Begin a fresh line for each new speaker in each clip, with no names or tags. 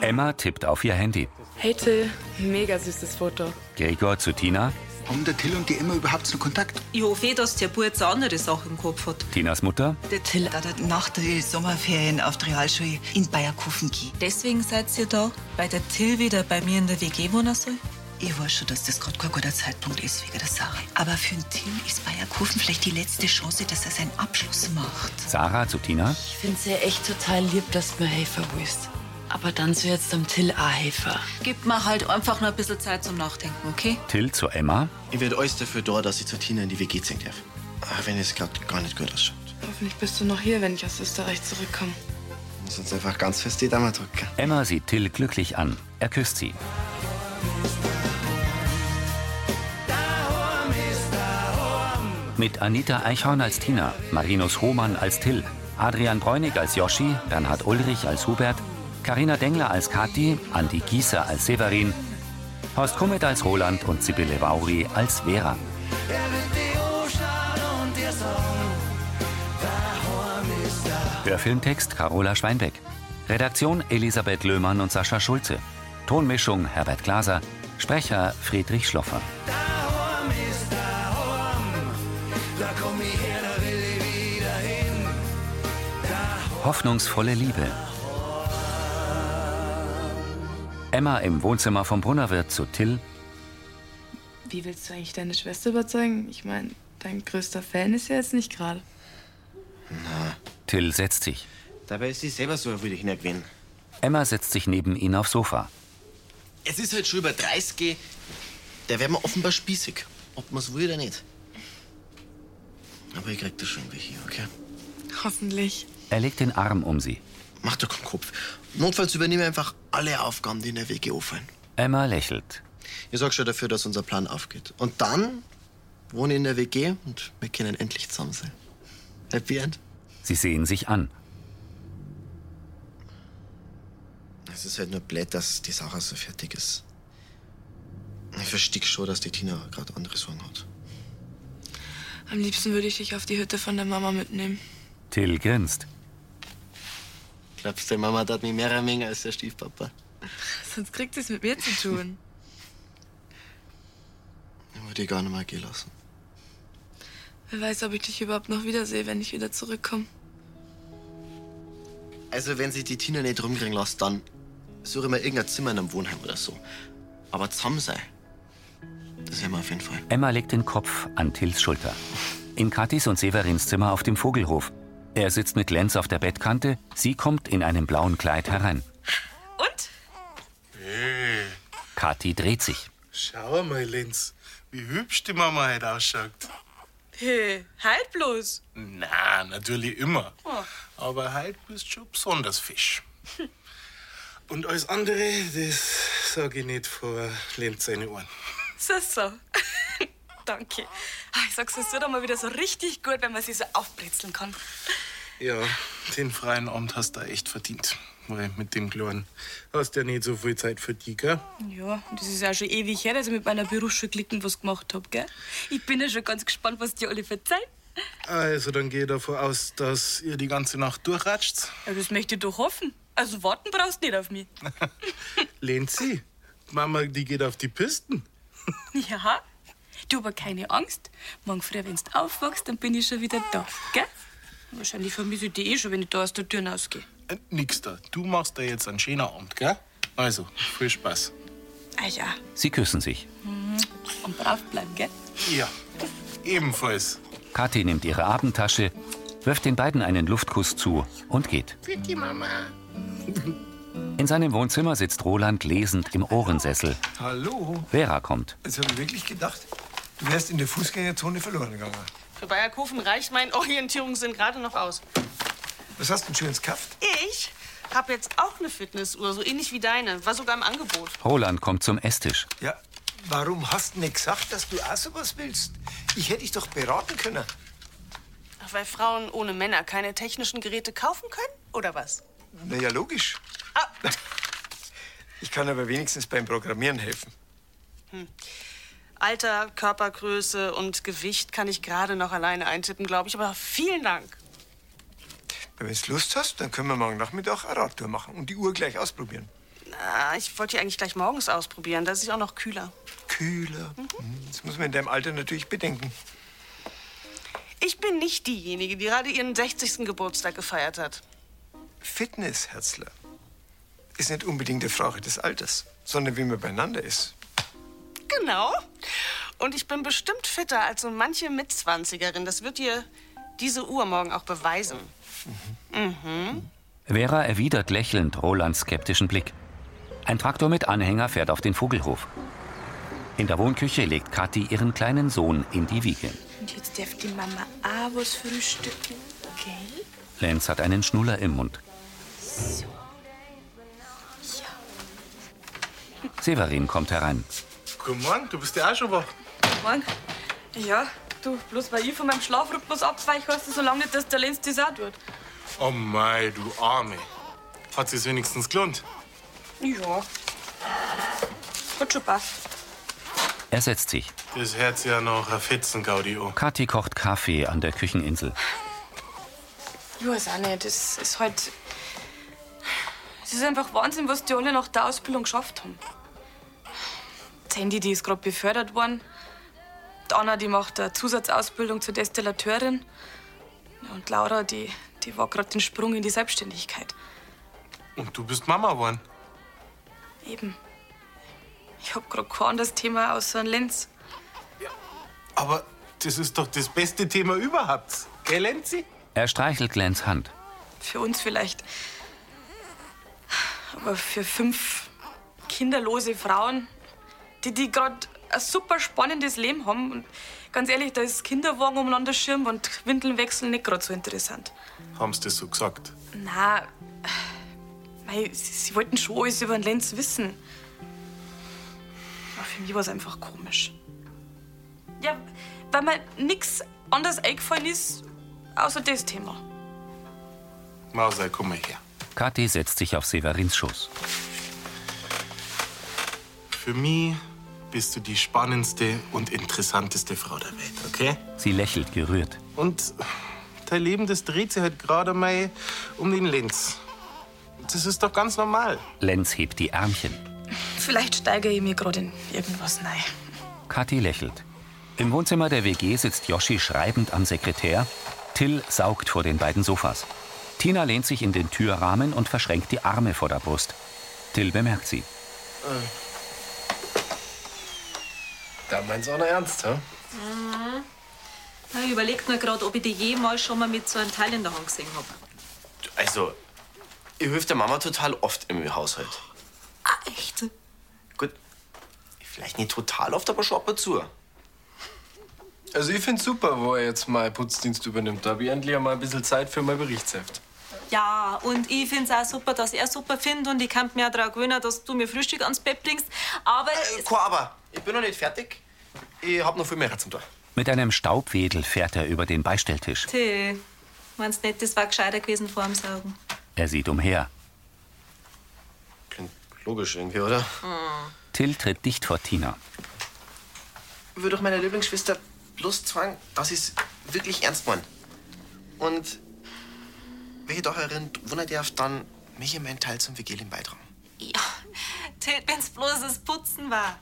Emma tippt auf ihr Handy.
Hey Till, mega süßes Foto.
Gregor zu Tina.
Haben der Till und die Emma überhaupt noch Kontakt?
Ich hoffe, eh, dass der Bub jetzt eine andere Sache im Kopf hat.
Tinas Mutter.
Der Till hat nach der Sommerferien auf die Realschule in Bayerkofen gehen.
Deswegen seid ihr da, weil der Till wieder bei mir in der WG wohnen soll?
Ich weiß schon, dass das gerade kein guter Zeitpunkt ist wegen der Sache. Aber für den Till ist Bayerkofen vielleicht die letzte Chance, dass er seinen Abschluss macht.
Sarah zu Tina.
Ich find's ja echt total lieb, dass du mir Helfer willst. Aber dann so jetzt am Till auch Helfer.
Gebt mir halt einfach noch ein bisschen Zeit zum Nachdenken, okay?
Till zu Emma.
Ich werde alles dafür da, dass ich zu Tina in die WG ziehen darf. Auch wenn es gerade gar nicht gut ausschaut.
Hoffentlich bist du noch hier, wenn ich aus Österreich zurückkomme.
Ich muss uns einfach ganz fest die Daumen drücken.
Emma sieht Till glücklich an. Er küsst sie. Mit Anita Eichhorn als Tina, Marinus Hohmann als Till, Adrian Bräunig als Joschi, Bernhard Ulrich als Hubert, Karina Dengler als Kathi, Andi Gieser als Severin, Horst Kummet als Roland und Sibylle Vauri als Vera. Hörfilmtext Carola Schweinbeck. Redaktion Elisabeth Löhmann und Sascha Schulze. Tonmischung Herbert Glaser. Sprecher Friedrich Schloffer. Hoffnungsvolle Liebe. Emma im Wohnzimmer vom Brunnerwirt zu Till.
Wie willst du eigentlich deine Schwester überzeugen? Ich meine, dein größter Fan ist ja jetzt nicht gerade.
Na,
Till setzt sich.
dabei ist sie selber so ein willig gewinnen.
Emma setzt sich neben ihn aufs Sofa.
Es ist halt schon über 30, da werden wir offenbar spießig. Ob man's will oder nicht. Aber ich krieg das schon irgendwie hin, okay?
Hoffentlich.
Er legt den Arm um sie.
Mach doch keinen Kopf. Notfalls übernehme ich einfach alle Aufgaben, die in der WG auffallen.
Emma lächelt.
Ich sorge schon dafür, dass unser Plan aufgeht. Und dann wohne ich in der WG und wir können endlich zusammen sein. Happy End?
Sie sehen sich an.
Es ist halt nur blöd, dass die Sache so fertig ist. Ich verstehe schon, dass die Tina gerade andere Sorgen hat.
Am liebsten würde ich dich auf die Hütte von der Mama mitnehmen.
Till grinst.
Glaubst du, Mama hat mich mehr Menge als der Stiefpapa?
Sonst kriegt es mit mir zu tun.
Ich würde die gar nicht mal gehen lassen.
Wer weiß, ob ich dich überhaupt noch wiedersehe, wenn ich wieder zurückkomme.
Also, wenn sie die Tina nicht rumkriegen lässt, dann suche ich mir irgendein Zimmer in einem Wohnheim oder so. Aber zusammen sein, das haben wir auf jeden Fall.
Emma legt den Kopf an Tills Schulter. In Katis und Severins Zimmer auf dem Vogelhof. Er sitzt mit Lenz auf der Bettkante. Sie kommt in einem blauen Kleid herein.
Und?
Kathi dreht sich.
Schau mal, Lenz, wie hübsch die Mama heute ausschaut.
Hey, halt bloß.
Na, natürlich immer.
Oh.
Aber heute bist du schon besonders fisch. Und alles andere, das sage ich nicht vor Lenz seine Ohren.
So, so. Danke. Ah, Ich sag's, es wird mal wieder so richtig gut, wenn man sie so aufbrezeln kann.
Ja, den freien Abend hast du auch echt verdient. Weil mit dem Kleinen hast du ja nicht so viel Zeit für die, gell?
Ja, und das ist auch schon ewig her, dass ich mit meiner Berufsschule Klicken was gemacht hab, gell? Ich bin ja schon ganz gespannt, was die alle verzeihen.
Also, dann gehe ich davon aus, dass ihr die ganze Nacht durchratscht.
Ja, das möchte ich doch hoffen. Also warten brauchst nicht auf mich.
Lenzi, Mama, die geht auf die Pisten.
Ja, du aber keine Angst. Morgen früh, wenn du aufwachst, dann bin ich schon wieder da, gell? Wahrscheinlich vermisse ich die eh schon, wenn ich da aus der Tür rausgehe.
Äh, Nix da. Du machst da jetzt einen schönen Abend, gell? Also, viel Spaß.
Ah ja, Mhm.
Sie küssen sich.
und brav bleiben, gell?
Ja, ebenfalls.
Kathi nimmt ihre Abendtasche, wirft den beiden einen Luftkuss zu und geht. In seinem Wohnzimmer sitzt Roland lesend im Ohrensessel.
Hallo?
Vera kommt.
Jetzt habe ich wirklich gedacht, du wärst in der Fußgängerzone verloren gegangen.
Für Bayerkofen reicht mein Orientierungssinn gerade noch aus.
Was hast du denn schönes Kaff?
Ich habe jetzt auch eine Fitnessuhr, so ähnlich wie deine. War sogar im Angebot.
Roland kommt zum Esstisch.
Ja, warum hast du nicht gesagt, dass du auch sowas willst? Ich hätte dich doch beraten können.
Ach, weil Frauen ohne Männer keine technischen Geräte kaufen können, oder was?
Na ja, logisch.
Ah.
Ich kann aber wenigstens beim Programmieren helfen.
Alter, Körpergröße und Gewicht kann ich gerade noch alleine eintippen, glaube ich. Aber vielen Dank.
Wenn du Lust hast, dann können wir morgen Nachmittag eine Radtour machen und die Uhr gleich ausprobieren.
Na, ich wollte die eigentlich gleich morgens ausprobieren. Da ist sie auch noch kühler.
Kühler. Hm, Das muss man in deinem Alter natürlich bedenken.
Ich bin nicht diejenige, die gerade ihren 60. Geburtstag gefeiert hat.
Fitness, Herzler, ist nicht unbedingt eine Frage des Alters, sondern wie man beieinander ist.
Genau. Und ich bin bestimmt fitter als so manche Mitzwanzigerin. Das wird dir diese Uhr morgen auch beweisen. Mhm.
Vera erwidert lächelnd Rolands skeptischen Blick. Ein Traktor mit Anhänger fährt auf den Vogelhof. In der Wohnküche legt Kathi ihren kleinen Sohn in die Wiege.
Und jetzt darf die Mama auch was frühstücken, gell?
Lenz hat einen Schnuller im Mund.
So. Ja.
Severin kommt herein.
Guten Morgen, du bist ja auch schon wach.
Morgen. Ja, du, bloß weil ich von meinem Schlafrhythmus abweiche, heißt das so lange nicht, dass der Lenz das auch tut.
Oh mei, du Arme. Hat sich's wenigstens gelohnt.
Ja. Hat schon passt.
Er setzt sich.
Das Herz ja noch ein Fetzen, Gaudi. an.
Kathi kocht Kaffee an der Kücheninsel.
Ich weiß auch nicht, das ist halt... Es ist einfach Wahnsinn, was die alle nach der Ausbildung geschafft haben. Das Handy, die ist gerade befördert worden. Die Anna, die macht eine Zusatzausbildung zur Destillateurin. Und Laura, die, die war gerade den Sprung in die Selbstständigkeit.
Und du bist Mama geworden.
Eben. Ich hab gerade kein anderes Thema außer einen Lenz.
Aber das ist doch das beste Thema überhaupt. Gell, Lenzi?
Er streichelt Lenz Hand.
Für uns vielleicht. Aber für fünf kinderlose Frauen, die, die gerade ein super spannendes Leben haben. Und ganz ehrlich, da ist Kinderwagen umeinander Schirm und Windeln wechseln nicht gerade so interessant.
Haben's das so gesagt?
Na, mei, sie, sie wollten schon alles über den Lenz wissen. Aber für mich war es einfach komisch. Ja, weil mir nichts anderes eingefallen ist, außer das Thema.
Mauser, komm mal her.
Kathi setzt sich auf Severins Schoß.
Für mich bist du die spannendste und interessanteste Frau der Welt, okay?
Sie lächelt gerührt.
Und dein Leben, das dreht sich halt gerade mal um den Lenz. Das ist doch ganz normal.
Lenz hebt die Ärmchen.
Vielleicht steige ich mir gerade in irgendwas rein.
Kathi lächelt. Im Wohnzimmer der WG sitzt Joschi schreibend am Sekretär. Till saugt vor den beiden Sofas. Tina lehnt sich in den Türrahmen und verschränkt die Arme vor der Brust. Till bemerkt sie.
Äh.
Da meinst du auch noch ernst, hä?
Mhm. Ich überleg mir gerade, ob ich die jemals schon mal mit so einem Teil in der Hand gesehen habe.
Also, ihr hilft der Mama total oft im Haushalt.
Ah, echt?
Vielleicht nicht total oft, aber schon ab und zu.
Also ich find's super, wo er jetzt mal Putzdienst übernimmt. Da hab ich endlich mal ein bisschen Zeit für mein Berichtsheft.
Ja, und ich find's auch super, dass er super findet und ich kann mir auch daran gewöhnen, dass du mir Frühstück ans Bett bringst. Aber.
Äh, kein Aber. Ich bin noch nicht fertig. Ich hab noch viel mehr zum Tag.
Mit einem Staubwedel fährt er über den Beistelltisch.
Till, meinst nicht, das war gescheiter gewesen vor dem Saugen?
Er sieht umher.
Logisch irgendwie, oder?
Hm.
Till tritt dicht vor Tina.
Ich würde auch meiner Lieblingsschwester bloß zwang, dass ich's wirklich ernst meine. Und wenn ich doch erinnern wundert darf, dann mich in meinen Teil zum Vigilien beitragen.
Ja, Till, wenn's bloß das Putzen war.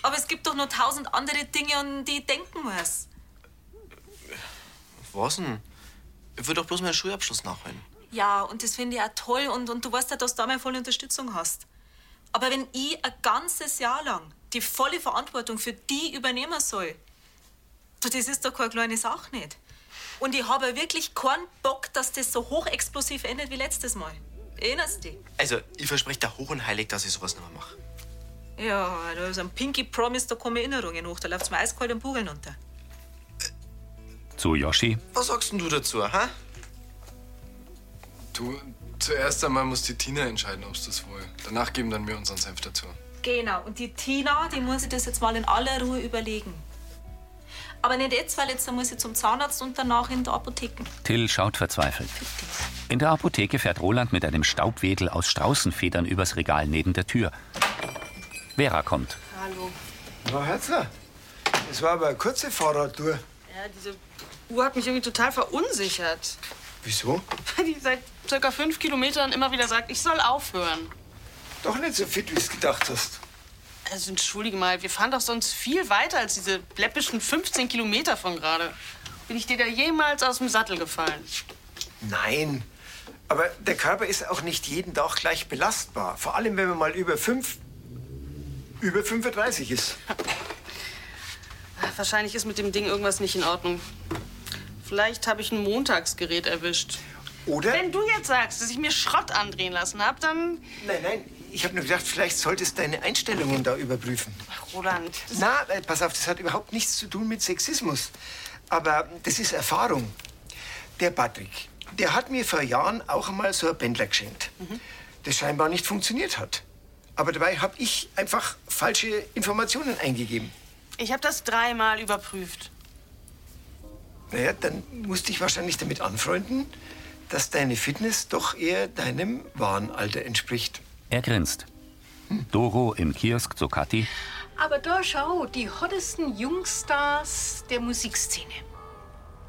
Aber es gibt doch nur tausend andere Dinge, an die ich denken muss.
Was denn? Ich würde doch bloß meinen Schulabschluss nachholen.
Ja, und das finde ich auch toll und, und du weißt ja, dass du da meine volle Unterstützung hast. Aber wenn ich ein ganzes Jahr lang die volle Verantwortung für die übernehmen soll, du, das ist doch keine kleine Sache nicht. Und ich habe wirklich keinen Bock, dass das so hochexplosiv endet wie letztes Mal. Erinnerst du dich?
Also, ich verspreche dir hoch und heilig, dass ich sowas nicht mehr mache.
Ja, da ist ein Pinky Promise, da kommen Erinnerungen hoch. Da läuft's mir eiskalt den Bugeln unter.
Zu Yoshi.
Was sagst denn du dazu, hä?
Du, zuerst einmal muss die Tina entscheiden, ob's das will. Danach geben dann wir unseren Senf dazu.
Genau, und die Tina, die muss sich das jetzt mal in aller Ruhe überlegen. Aber nicht jetzt, weil jetzt muss ich zum Zahnarzt und danach in der Apotheke.
Till schaut verzweifelt. In der Apotheke fährt Roland mit einem Staubwedel aus Straußenfedern übers Regal neben der Tür. Vera kommt.
Hallo.
Na, Herzler, das war aber eine kurze Fahrradtour.
Ja, diese Uhr hat mich irgendwie total verunsichert.
Wieso?
Weil die seit circa fünf Kilometern immer wieder sagt, ich soll aufhören.
Doch nicht so fit, wie du es gedacht hast.
Also entschuldige mal, wir fahren doch sonst viel weiter als diese läppischen 15 Kilometer von gerade. Bin ich dir da jemals aus dem Sattel gefallen?
Nein. Aber der Körper ist auch nicht jeden Tag gleich belastbar. Vor allem, wenn man mal über fünf, über 35 ist.
Ach, Wahrscheinlich ist mit dem Ding irgendwas nicht in Ordnung. Vielleicht habe ich ein Montagsgerät erwischt.
Oder?
Wenn du jetzt sagst, dass ich mir Schrott andrehen lassen habe, dann...
Nein, nein. Ich habe nur gedacht, vielleicht solltest du deine Einstellungen da überprüfen.
Roland.
Na, äh, pass auf, das hat überhaupt nichts zu tun mit Sexismus. Aber das ist Erfahrung. Der Patrick, der hat mir vor Jahren auch einmal so ein Bändler geschenkt, das scheinbar nicht funktioniert hat. Aber dabei habe ich einfach falsche Informationen eingegeben.
Ich habe das dreimal überprüft.
Naja, dann musste ich wahrscheinlich damit anfreunden, dass deine Fitness doch eher deinem wahren Alter entspricht.
Er grinst. Doro im Kiosk zu Kathi.
Aber da schau, die hottesten Jungstars der Musikszene.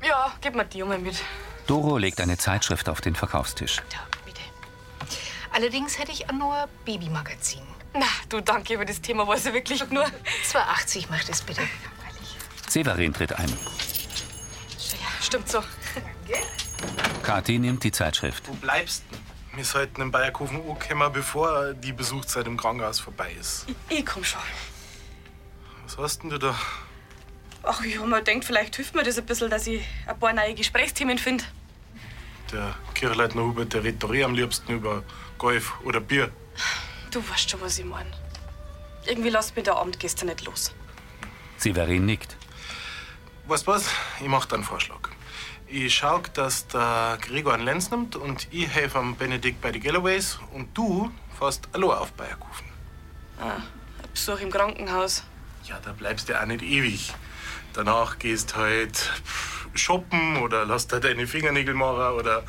Ja, gib mal die Junge mit.
Doro legt eine Zeitschrift auf den Verkaufstisch.
Allerdings hätte ich auch nur ein Babymagazin.
Na, du, danke, über das Thema weiß ich wirklich nur.
280 macht es bitte.
Severin tritt ein.
Stimmt so.
Kathi nimmt die Zeitschrift.
Wo bleibst du? Wir sollten in Bayerkofen ankommen, bevor die Besuchszeit im Krankenhaus vorbei ist.
Ich komm schon.
Was hast denn du da?
Ach ja, man denkt, vielleicht hilft mir das ein bisschen, dass ich ein paar neue Gesprächsthemen finde.
Der Kirchleitner Hubert, der redet doch eh am liebsten über Golf oder Bier.
Du weißt schon, was ich meine. Irgendwie lässt mich der Abend gestern nicht los.
Severin nickt.
Weißt du was? Ich mach dir einen Vorschlag. Ich schau, dass der Gregor einen Lenz nimmt und ich helfe am Benedikt bei den Galloways und du fährst allein auf Bayerkofen.
Ah, ein Besuch im Krankenhaus.
Ja, da bleibst du auch nicht ewig. Danach gehst halt pff, shoppen oder lass da deine Fingernägel machen oder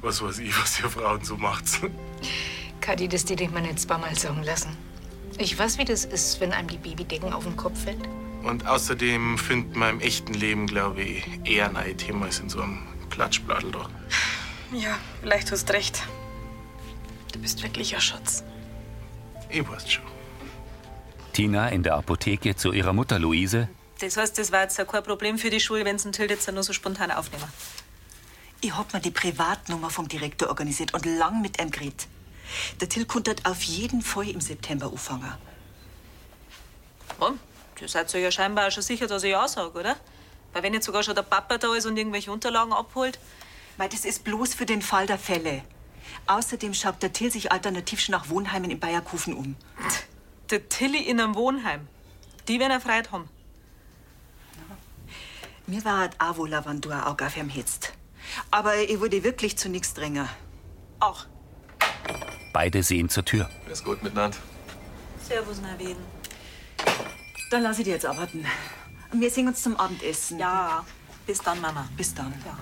was weiß ich, was ihr Frauen so macht.
Kathi, das dir ich mir nicht zweimal sagen lassen. Ich weiß, wie das ist, wenn einem die Babydecken auf den Kopf fällt.
Und außerdem findet man im echten Leben, glaube ich, eher ein neues Thema als in so einem Klatschbladel da.
Ja, vielleicht hast du recht. Du bist wirklich ein Schatz.
Ich weiß schon.
Tina in der Apotheke zu ihrer Mutter Luise.
Das heißt, das war jetzt ja kein Problem für die Schule, wenn sie den Till jetzt nur so spontan aufnehmen.
Ich hab mir die Privatnummer vom Direktor organisiert und lang mit ihm geredet. Der Till kuntert auf jeden Fall im September anfangen.
Ja, ihr seid euch ja scheinbar auch schon sicher, dass ich ja sage, oder? Weil wenn jetzt sogar schon der Papa da ist und irgendwelche Unterlagen abholt.
Weil das ist bloß für den Fall der Fälle. Außerdem schaut der Till sich alternativ schon nach Wohnheimen in Bayerkofen um.
Der Tilly in einem Wohnheim. Die werden erfreut haben.
Mir war halt auch wohl Lavandur auch auf ihrem Hitzt. Aber ich wurde wirklich zu nichts dränger.
Auch.
Beide sehen zur Tür.
Ist gut miteinander.
Servus, Naviden.
Dann lass ich dir jetzt arbeiten. Und Wir sehen uns zum Abendessen.
Ja. Bis dann, Mama.
Bis dann. Ja.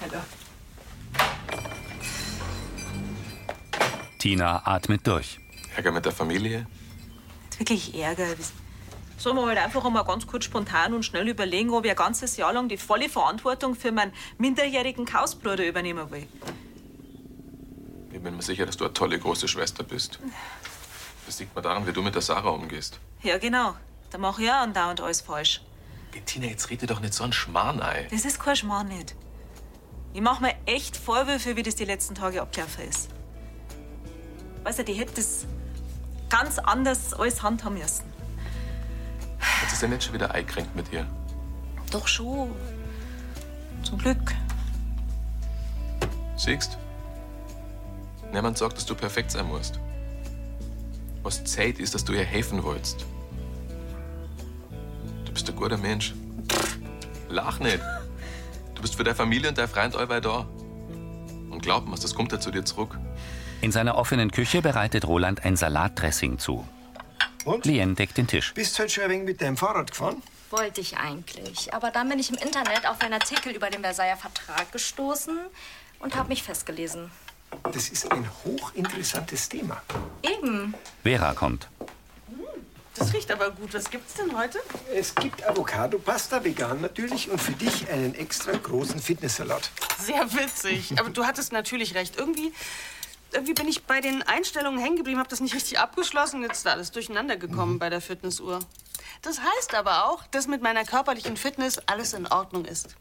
Hallo.
Tina atmet durch.
Ärger mit der Familie?
Wirklich Ärger. Sollen wir halt einfach einmal ganz kurz spontan und schnell überlegen, ob ich ein ganzes Jahr lang die volle Verantwortung für meinen minderjährigen Kausbruder übernehmen will.
Ich bin mir sicher, dass du eine tolle große Schwester bist. Das liegt mal daran, wie du mit der Sarah umgehst.
Ja, genau. Da mache ich ja andauernd alles falsch.
Tina, jetzt rede doch nicht so ein Schmarrn, ey.
Das ist kein Schmarrn nicht. Ich mache mir echt Vorwürfe, wie das die letzten Tage abgelaufen ist. Weißt du, die hätte das ganz anders alles handhaben müssen.
Jetzt ist er nicht schon wieder eingekränkt mit ihr.
Doch schon. Zum Glück.
Siehst? Niemand sagt, dass du perfekt sein musst. Was zählt, ist, dass du ihr helfen wolltest. Du bist ein guter Mensch. Lach nicht. Du bist für deine Familie und deine Freund allweil da. Und glaub mir, das kommt ja zu dir zurück.
In seiner offenen Küche bereitet Roland ein Salatdressing zu. Lien deckt den Tisch.
Bist du heute schon ein wenig mit deinem Fahrrad gefahren?
Wollte ich eigentlich. Aber dann bin ich im Internet auf einen Artikel über den Versailler Vertrag gestoßen und habe mich festgelesen.
Das ist ein hochinteressantes Thema.
Eben.
Vera kommt.
Das
Das riecht aber gut. Was gibt's denn heute?
Es gibt Avocado-Pasta, vegan natürlich, und für dich einen extra großen Fitnesssalat.
Sehr witzig. Aber du hattest natürlich recht. Irgendwie, irgendwie bin ich bei den Einstellungen hängen geblieben, habe das nicht richtig abgeschlossen. Jetzt ist alles durcheinander gekommen
Mhm.
bei der Fitnessuhr. Das heißt aber auch, dass mit meiner körperlichen Fitness alles in Ordnung ist.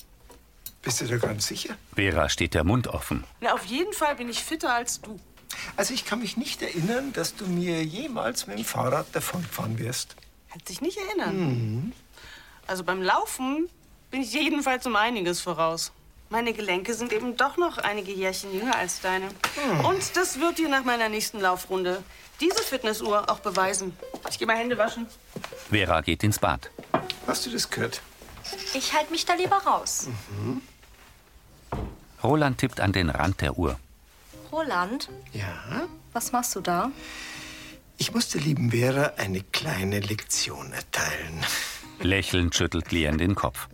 Bist du da ganz sicher?
Vera steht der Mund offen.
Na, auf jeden Fall bin ich fitter als du.
Also ich kann mich nicht erinnern, dass du mir jemals mit dem Fahrrad davongefahren wirst.
Kannst dich nicht erinnern.
Mhm.
Also beim Laufen bin ich jedenfalls um einiges voraus. Meine Gelenke sind eben doch noch einige Jährchen jünger als deine.
Hm.
Und das wird dir nach meiner nächsten Laufrunde diese Fitnessuhr auch beweisen. Ich gehe mal Hände waschen.
Vera geht ins Bad.
Hast du das gehört?
Ich halte mich da lieber raus.
Roland tippt an den Rand der Uhr.
Roland?
Ja?
Was machst du da?
Ich muss der lieben Vera eine kleine Lektion erteilen.
Lächelnd schüttelt Leon den Kopf.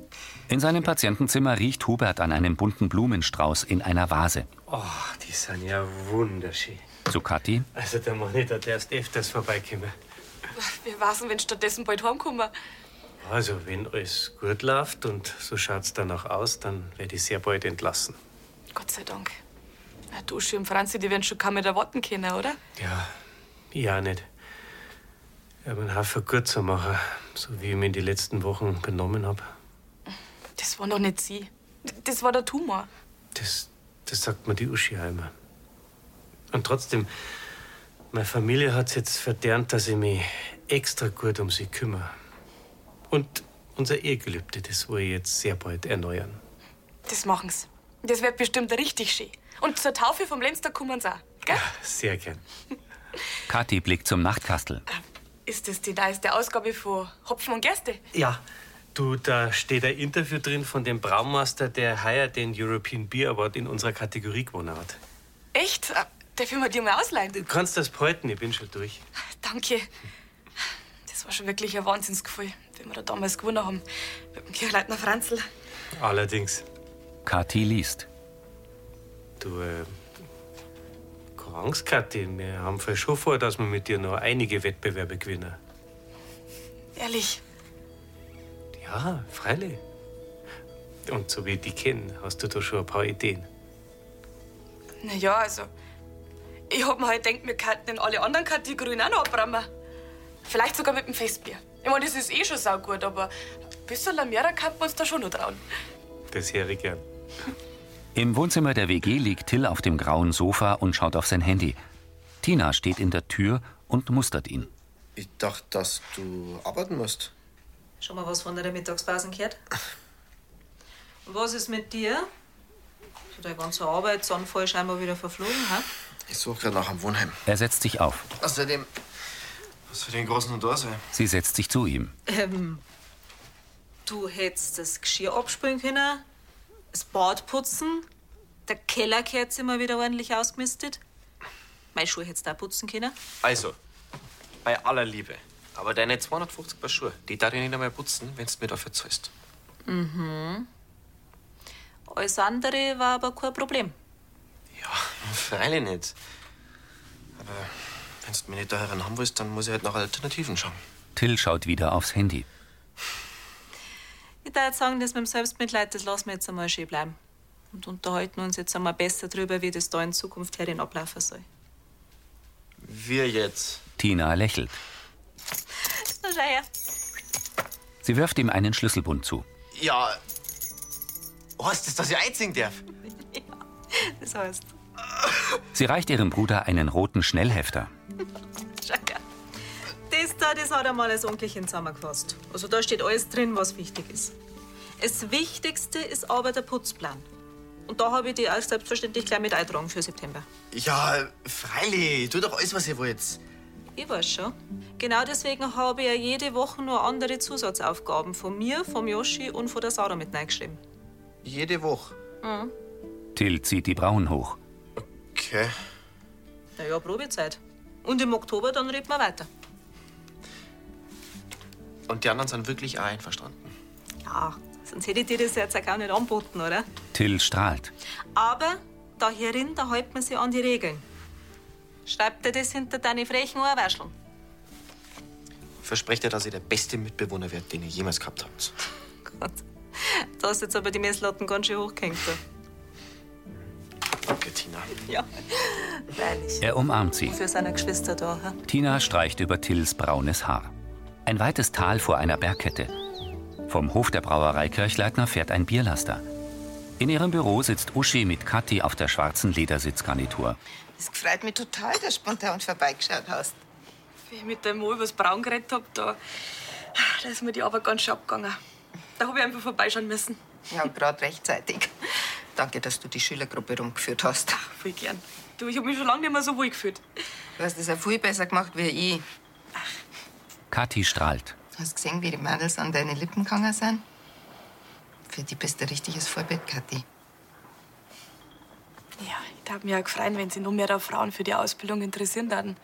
In seinem Patientenzimmer riecht Hubert an einem bunten Blumenstrauß in einer Vase.
Oh, die sind ja wunderschön.
Zu Kathi.
Also der Monitor darfst öfters vorbeikommen.
Wir wissen, wenn stattdessen bald heimkommen.
Also wenn alles gut läuft und so schaut's danach aus, dann werde ich sehr bald entlassen.
Gott sei Dank. Na, du, Schirm Franzi, die werden schon kaum mehr erwarten können, oder?
Ja, ich auch nicht. Ich habe einen Haufen gut zu machen, so wie ich mich in den letzten Wochen benommen habe.
Das war noch nicht sie. D- Das war der Tumor.
Das, das sagt mir die Uschi immer. Und trotzdem, meine Familie hat es jetzt verdient, dass ich mich extra gut um sie kümmere. Und unser Ehegelübde, das will ich jetzt sehr bald erneuern.
Das machen's. Das wird bestimmt richtig schön. Und zur Taufe vom Lenster kommen's auch. Gell?
Sehr gern.
Kathi blickt zum Nachtkastel.
Ist das die neueste Ausgabe von Hopfen und Gerste?
Ja, du, da steht ein Interview drin von dem Braumeister, der heuer den European Beer Award in unserer Kategorie gewonnen hat.
Echt? Ah, Darf ich mir die mal ausleihen?
Du kannst das behalten, ich bin schon durch.
Danke. Das war schon wirklich ein Wahnsinnsgefühl, wenn wir da damals gewonnen haben. Mit dem Kirchleitner Franzl.
Allerdings.
Kathi liest.
Du, äh, keine Angst, Kathi. Wir haben voll schon vor, dass wir mit dir noch einige Wettbewerbe gewinnen.
Ehrlich,
Ja, freilich. Und so wie ich dich kenne, hast du da schon ein paar Ideen.
na ja, also. Ich hab mir halt gedacht, wir könnten in alle anderen Kategorien auch noch abbrammen. Vielleicht sogar mit dem Festbier. Ich meine, das ist eh schon saugut, aber ein bisschen mehr kann man uns da schon noch trauen.
Das höre ich gern.
Im Wohnzimmer der WG liegt Till auf dem grauen Sofa und schaut auf sein Handy. Tina steht in der Tür und mustert ihn.
Ich dachte, dass du arbeiten musst.
Schon mal was von deiner Mittagspausen gehört? Und was ist mit dir? So der ganze Arbeitsanfall scheinbar wieder verflogen, hä?
Ich suche gerade nach einem Wohnheim.
Er setzt sich auf.
Außerdem, was für den großen und da sein?
Sie setzt sich zu ihm.
Ähm, du hättest das Geschirr abspülen können, das Bad putzen, der Keller gehört immer wieder ordentlich ausgemistet. Meine Schuhe hättest du auch putzen können.
Also, bei aller Liebe. Aber deine 250 Paar Schuhe, die darf ich nicht einmal putzen, wenn du mir dafür zahlst.
Mhm. Alles andere war aber kein Problem.
Freilich nicht. Aber wenn du mich nicht da heran haben willst, dann muss ich halt nach Alternativen schauen.
Till schaut wieder aufs Handy.
Ich würde sagen, das mit dem Selbstmitleid, das lassen wir jetzt einmal schön bleiben. Und unterhalten uns jetzt einmal besser drüber, wie das da in Zukunft her den ablaufen soll.
Wir jetzt.
Tina lächelt.
Na, schau her.
Sie wirft ihm einen Schlüsselbund zu.
Ja. Hast du das, dass ich einziehen darf?
Das heißt,
Sie reicht ihrem Bruder einen roten Schnellhefter.
schau her. Das da, das hat einmal als Onkelchen zusammengefasst. Also da steht alles drin, was wichtig ist. Das Wichtigste ist aber der Putzplan. Und da habe ich die auch selbstverständlich gleich mit eintragen für September.
Ja, freilich. Tu doch alles, was ihr wollt.
Ich weiß schon. Genau deswegen habe ich ja jede Woche nur andere Zusatzaufgaben von mir, vom Yoshi und von der Sarah mit reingeschrieben.
Jede Woche.
Mhm.
Till zieht die Brauen hoch.
Okay.
Naja, Probezeit. Und im Oktober dann reden wir weiter.
Und die anderen sind wirklich auch einverstanden.
Ja, sonst hätte ich dir das jetzt auch gar nicht anboten, oder?
Till strahlt.
Aber da hierin, da hält man sich an die Regeln. Schreib dir das hinter deine frechen Ohrwascheln.
versprecht er, dass ihr der beste Mitbewohner werdet, den ihr jemals gehabt habt.
Da hast jetzt aber die Messlatten ganz schön hochgehängt. da.
Danke, Tina.
Ja, freilich.
Er umarmt sie.
Für seine Geschwister da. He?
Tina streicht über Tills braunes Haar. Ein weites Tal vor einer Bergkette. Vom Hof der Brauerei Kirchleitner fährt ein Bierlaster. In ihrem Büro sitzt Uschi mit Kathi auf der schwarzen Ledersitzgarnitur.
Es freut mich total, dass du spontan vorbeigeschaut hast.
Wie ich mit dem Mo übers Braun geredet hab, da, ah, da ist mir die Arbeit ganz schön abgegangen. Da hab ich einfach vorbeischauen müssen.
Ja, gerade rechtzeitig. Danke, dass du die Schülergruppe rumgeführt hast.
Voll gern. Du, ich hab mich schon lange nicht mehr so wohl gefühlt.
Du hast das ja viel besser gemacht wie ich.
Kathi strahlt.
Hast gesehen, wie die Mädels an deine Lippen gegangen sind? Für die bist du ein richtiges Vorbild, Kathi.
Ja, ich hab mich auch gefreut, wenn sich noch mehr Frauen für die Ausbildung interessieren würden.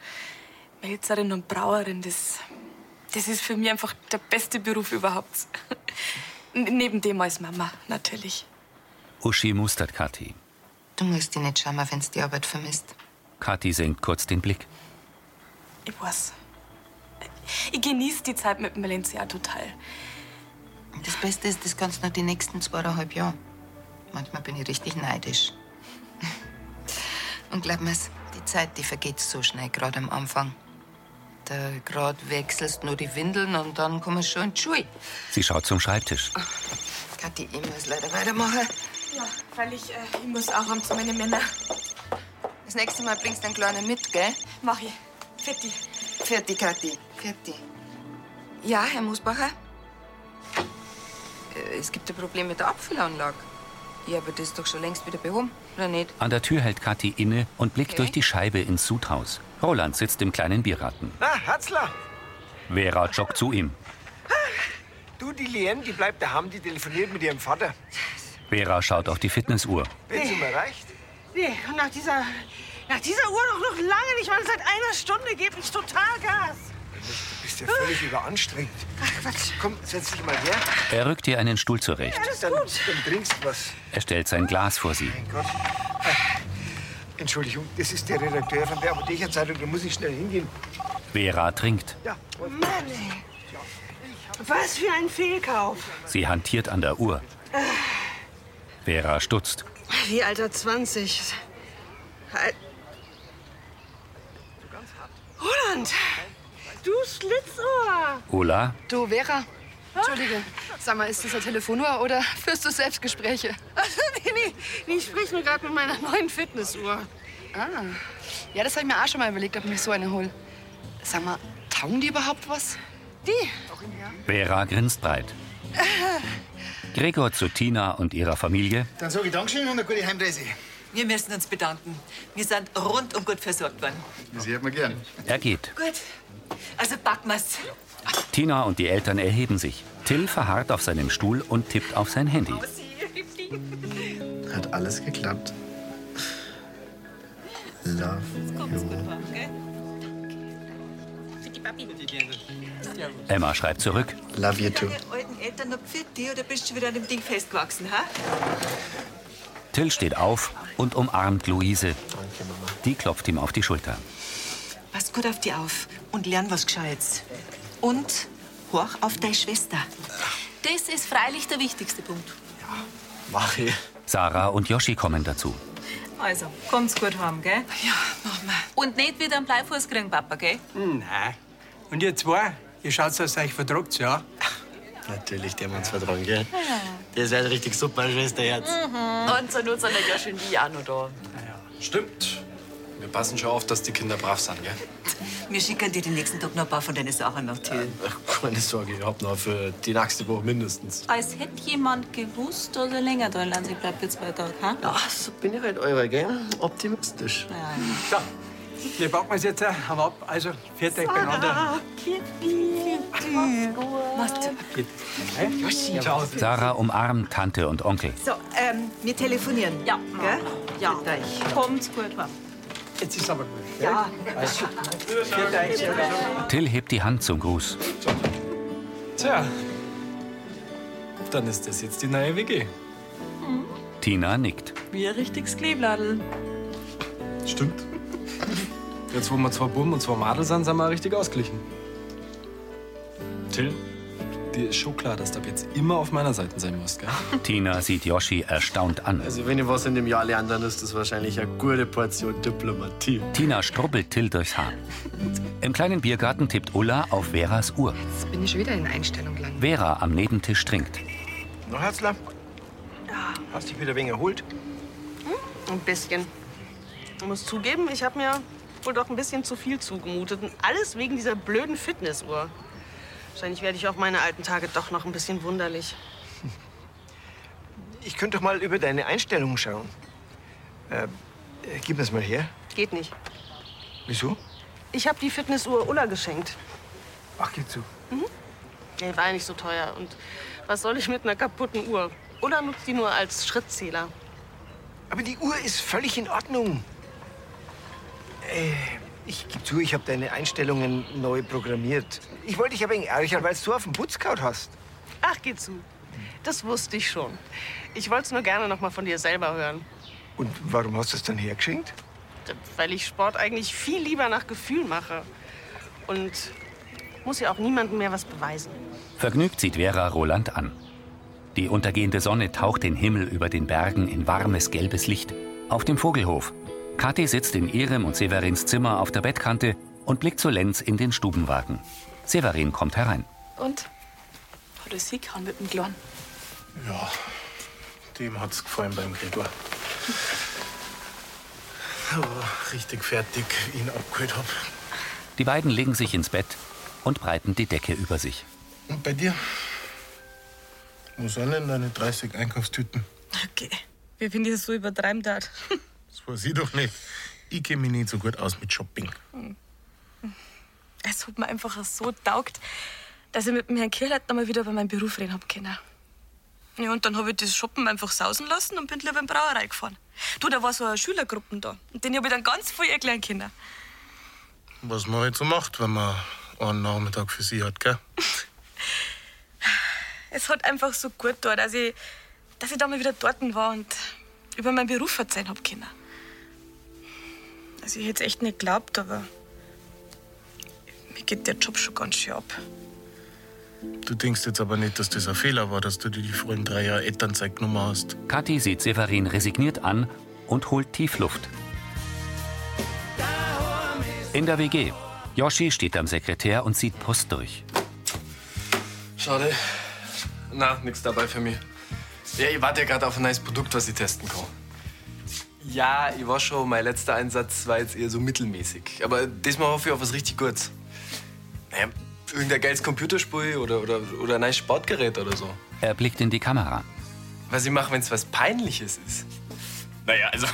Melzerin und Brauerin, das, das ist für mich einfach der beste Beruf überhaupt. N- Neben dem als Mama, natürlich.
Uschi mustert Kathi.
Du musst dich nicht schauen, wenn du die Arbeit vermisst.
Kathi senkt kurz den Blick.
Ich weiß. Ich genieße die Zeit mit Valencia total.
Das Beste ist, das kannst du noch die nächsten zweieinhalb Jahre. Manchmal bin ich richtig neidisch. Und glaub mir's, die Zeit, die vergeht so schnell, gerade am Anfang. Da gerade wechselst nur die Windeln und dann kommst du schon in die Schule.
Sie schaut zum Schreibtisch.
Kathi, ich muss leider weitermachen.
Ja, weil ich, äh, ich muss auch haben zu meinen Männern.
Das nächste Mal bringst du einen Kleinen mit, gell?
Mach ich. Fertig.
Fertig, Kathi. Fertig. Ja, Herr Musbacher? Äh, Es gibt ein Problem mit der Abfüllanlage. Ja, aber das ist doch schon längst wieder behoben, oder nicht?
An der Tür hält Kathi inne und blickt
Okay.
durch die Scheibe ins Sudhaus. Roland sitzt im kleinen Biergarten.
Na, Herzler,
Vera joggt zu ihm.
du, die Leanne, die bleibt daheim, die telefoniert mit ihrem Vater.
Vera schaut auf die Fitnessuhr.
Wenn's ihm erreicht.
Nee, und nach dieser, nach dieser Uhr doch noch lange nicht, weil seit einer Stunde gebe ich total Gas.
Du bist ja völlig überanstrengt. Ach, Quatsch. Komm, setz dich mal her.
Er rückt ihr einen Stuhl zurecht.
Alles dann, gut. Dann trinkst du was.
Er stellt sein Glas vor sie.
Gott. Ah, Entschuldigung, das ist der Redakteur von der Apothekerzeitung, da muss ich schnell hingehen.
Vera trinkt.
Ja,
Mann, ey. Was für ein Fehlkauf. Äh.
Sie hantiert an der Uhr. Vera stutzt.
Wie alter 20. Al- Roland, du Schlitzohr.
Ola,
Du, Vera. Entschuldige. Sag mal, ist das eine Telefonuhr oder führst du Selbstgespräche?
nee, nee, nee, ich sprich nur gerade mit meiner neuen Fitnessuhr.
Ah. Ja, das habe ich mir auch schon mal überlegt, ob ich mir so eine hole. Sag mal, taugen die überhaupt was? Die?
Vera grinst breit. Gregor zu Tina und ihrer Familie.
Dann sage ich Dankeschön und eine gute Heimreise. Wir müssen uns bedanken. Wir sind rundum gut versorgt worden.
Das hört man gern. Er geht.
Gut. Also packen wir's.
Tina und die Eltern erheben sich. Till verharrt auf seinem Stuhl und tippt auf sein Handy.
Hat alles geklappt. Love you.
Für die Papi.
Emma schreibt zurück.
Love you too.
Deine alten Eltern noch für dich oder bist du wieder an dem Ding festgewachsen, ha?
Till steht auf und umarmt Luise. Die klopft ihm auf die Schulter.
Pass gut auf die auf und lern was Gescheites. Und horch auf deine Schwester.
Das ist freilich der wichtigste Punkt.
Mach Sarah und Yoshi kommen dazu.
Also, kommt's gut heim, gell? Ja, mach mal. Und nicht wieder einen Bleifuß kriegen, Papa, gell?
Nein. Äh? Und ihr zwei, ihr schaut, dass ihr euch verdruckt, ja?
Natürlich, die haben uns vertragen, gell?
Ah.
Der ist halt richtig super, Schwesterherz.
Und zur Not sind ja Josh und ich auch noch da.
Stimmt. Wir passen schon auf, dass die Kinder brav sind, gell?
Wir schicken dir den nächsten Tag noch ein paar von deinen Sachen nach Till.
Keine Sorge, ich hab noch für die nächste Woche mindestens.
Als hätte jemand gewusst, dass er länger da in Lanzig bleibt für zwei Tage, ha?
Ja, so bin ich halt eurer, gell? Optimistisch.
So, wir packen es
äh,
jetzt haben ab. Also, viert euch beieinander.
Kitty. Mach's gut.
Geht. Gell?
Yoshi.
Ciao.
Sarah umarmt Tante und Onkel.
So, ähm, wir telefonieren. Ja. Gell? Ja. Kommt's gut heim.
Jetzt ist aber gut. gell?
Ja.
Also, viert euch.
Till hebt die Hand zum Gruß.
Tja, dann ist das jetzt die neue WG.
Tina nickt.
Wie ein richtiges Klebladel.
Stimmt. Jetzt, wo wir zwei Buben und zwei Madel sind, sind wir richtig ausgeglichen. Till, dir ist schon klar, dass du ab jetzt immer auf meiner Seite sein musst, gell?
Tina sieht Yoshi erstaunt an.
Also wenn ich was in dem Jahr lerne, dann ist das wahrscheinlich eine gute Portion Diplomatie.
Tina strubbelt Till durchs Haar. Im kleinen Biergarten tippt Ulla auf Veras Uhr.
Jetzt bin ich schon wieder in Einstellung gelangt.
Vera am Nebentisch trinkt.
Noch Herzler? Hast dich wieder wegen erholt?
Ein bisschen. Ich muss zugeben, ich habe mir wohl doch ein bisschen zu viel zugemutet. Und alles wegen dieser blöden Fitnessuhr. Wahrscheinlich werde ich auf meine alten Tage doch noch ein bisschen wunderlich.
Ich könnte doch mal über deine Einstellung schauen. Äh, äh, gib das mal her.
Geht nicht.
Wieso?
Ich habe die Fitnessuhr Ulla geschenkt.
Ach, gib zu.
Die war ja nicht so teuer. Und was soll ich mit einer kaputten Uhr? Ulla nutzt die nur als Schrittzähler.
Aber die Uhr ist völlig in Ordnung. Äh, ich gebe zu, ich habe deine Einstellungen neu programmiert. Ich wollte dich aber wegen ärgern, weil du auf den Putz gehauen hast.
Ach, geh zu. Das wusste ich schon. Ich wollte es nur gerne noch mal von dir selber hören.
Und warum hast du es dann hergeschenkt?
Weil ich Sport eigentlich viel lieber nach Gefühl mache. Und muss ja auch niemandem mehr was beweisen.
Vergnügt sieht Vera Roland an. Die untergehende Sonne taucht den Himmel über den Bergen in warmes gelbes Licht. Auf dem Vogelhof. Kathi sitzt in ihrem und Severins Zimmer auf der Bettkante und blickt zu Lenz in den Stubenwagen. Severin kommt herein.
Und? Hat er sie gehauen mit dem Glan?
Ja, dem hat's gefallen beim Gregor. Oh, richtig fertig, wie ich ihn abgeholt hab.
Die beiden legen sich ins Bett und breiten die Decke über sich.
Und bei dir? Wo sind denn deine 30 Einkaufstüten?
Okay. Wie finde ich das so übertreiben hat?
Das weiß ich doch nicht. Ich kenne mich nicht so gut aus mit Shopping.
Es hat mir einfach so taugt, dass ich mit dem Herrn Kirchleitner mal wieder über meinen Beruf reden hab können. Ja, und dann habe ich das Shoppen einfach sausen lassen und bin lieber in die Brauerei gefahren. Du, da war so eine Schülergruppe da. Und den habe ich dann ganz viel erklären können.
Was man halt so macht, wenn man einen Nachmittag für sie hat, gell?
Es hat einfach so gut dort, dass ich, dass ich da mal wieder dort war und über meinen Beruf erzählen hab können. Also ich hätte echt nicht geglaubt, aber mir geht der Job schon ganz schön ab.
Du denkst jetzt aber nicht, dass das ein Fehler war, dass du dir die vollen drei Jahre Elternzeit genommen hast.
Kathi sieht Severin resigniert an und holt Tiefluft. In der WG. Yoshi steht am Sekretär und sieht Post durch.
Schade. Na, nix dabei für mich. Ja, ich warte ja gerade auf ein neues Produkt, was ich testen kann. Ja, ich war schon, mein letzter Einsatz war jetzt eher so mittelmäßig. Aber diesmal hoffe ich auf was richtig Gutes. Naja, irgendein geiles Computerspiel oder, oder, oder ein neues Sportgerät oder so.
Er blickt in die Kamera.
Was ich mache, wenn es was Peinliches ist. Naja, also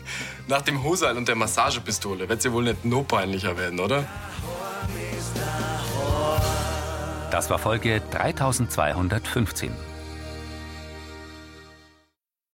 nach dem Hosal und der Massagepistole wird's ja wohl nicht nur peinlicher werden, oder?
Das war Folge 3215.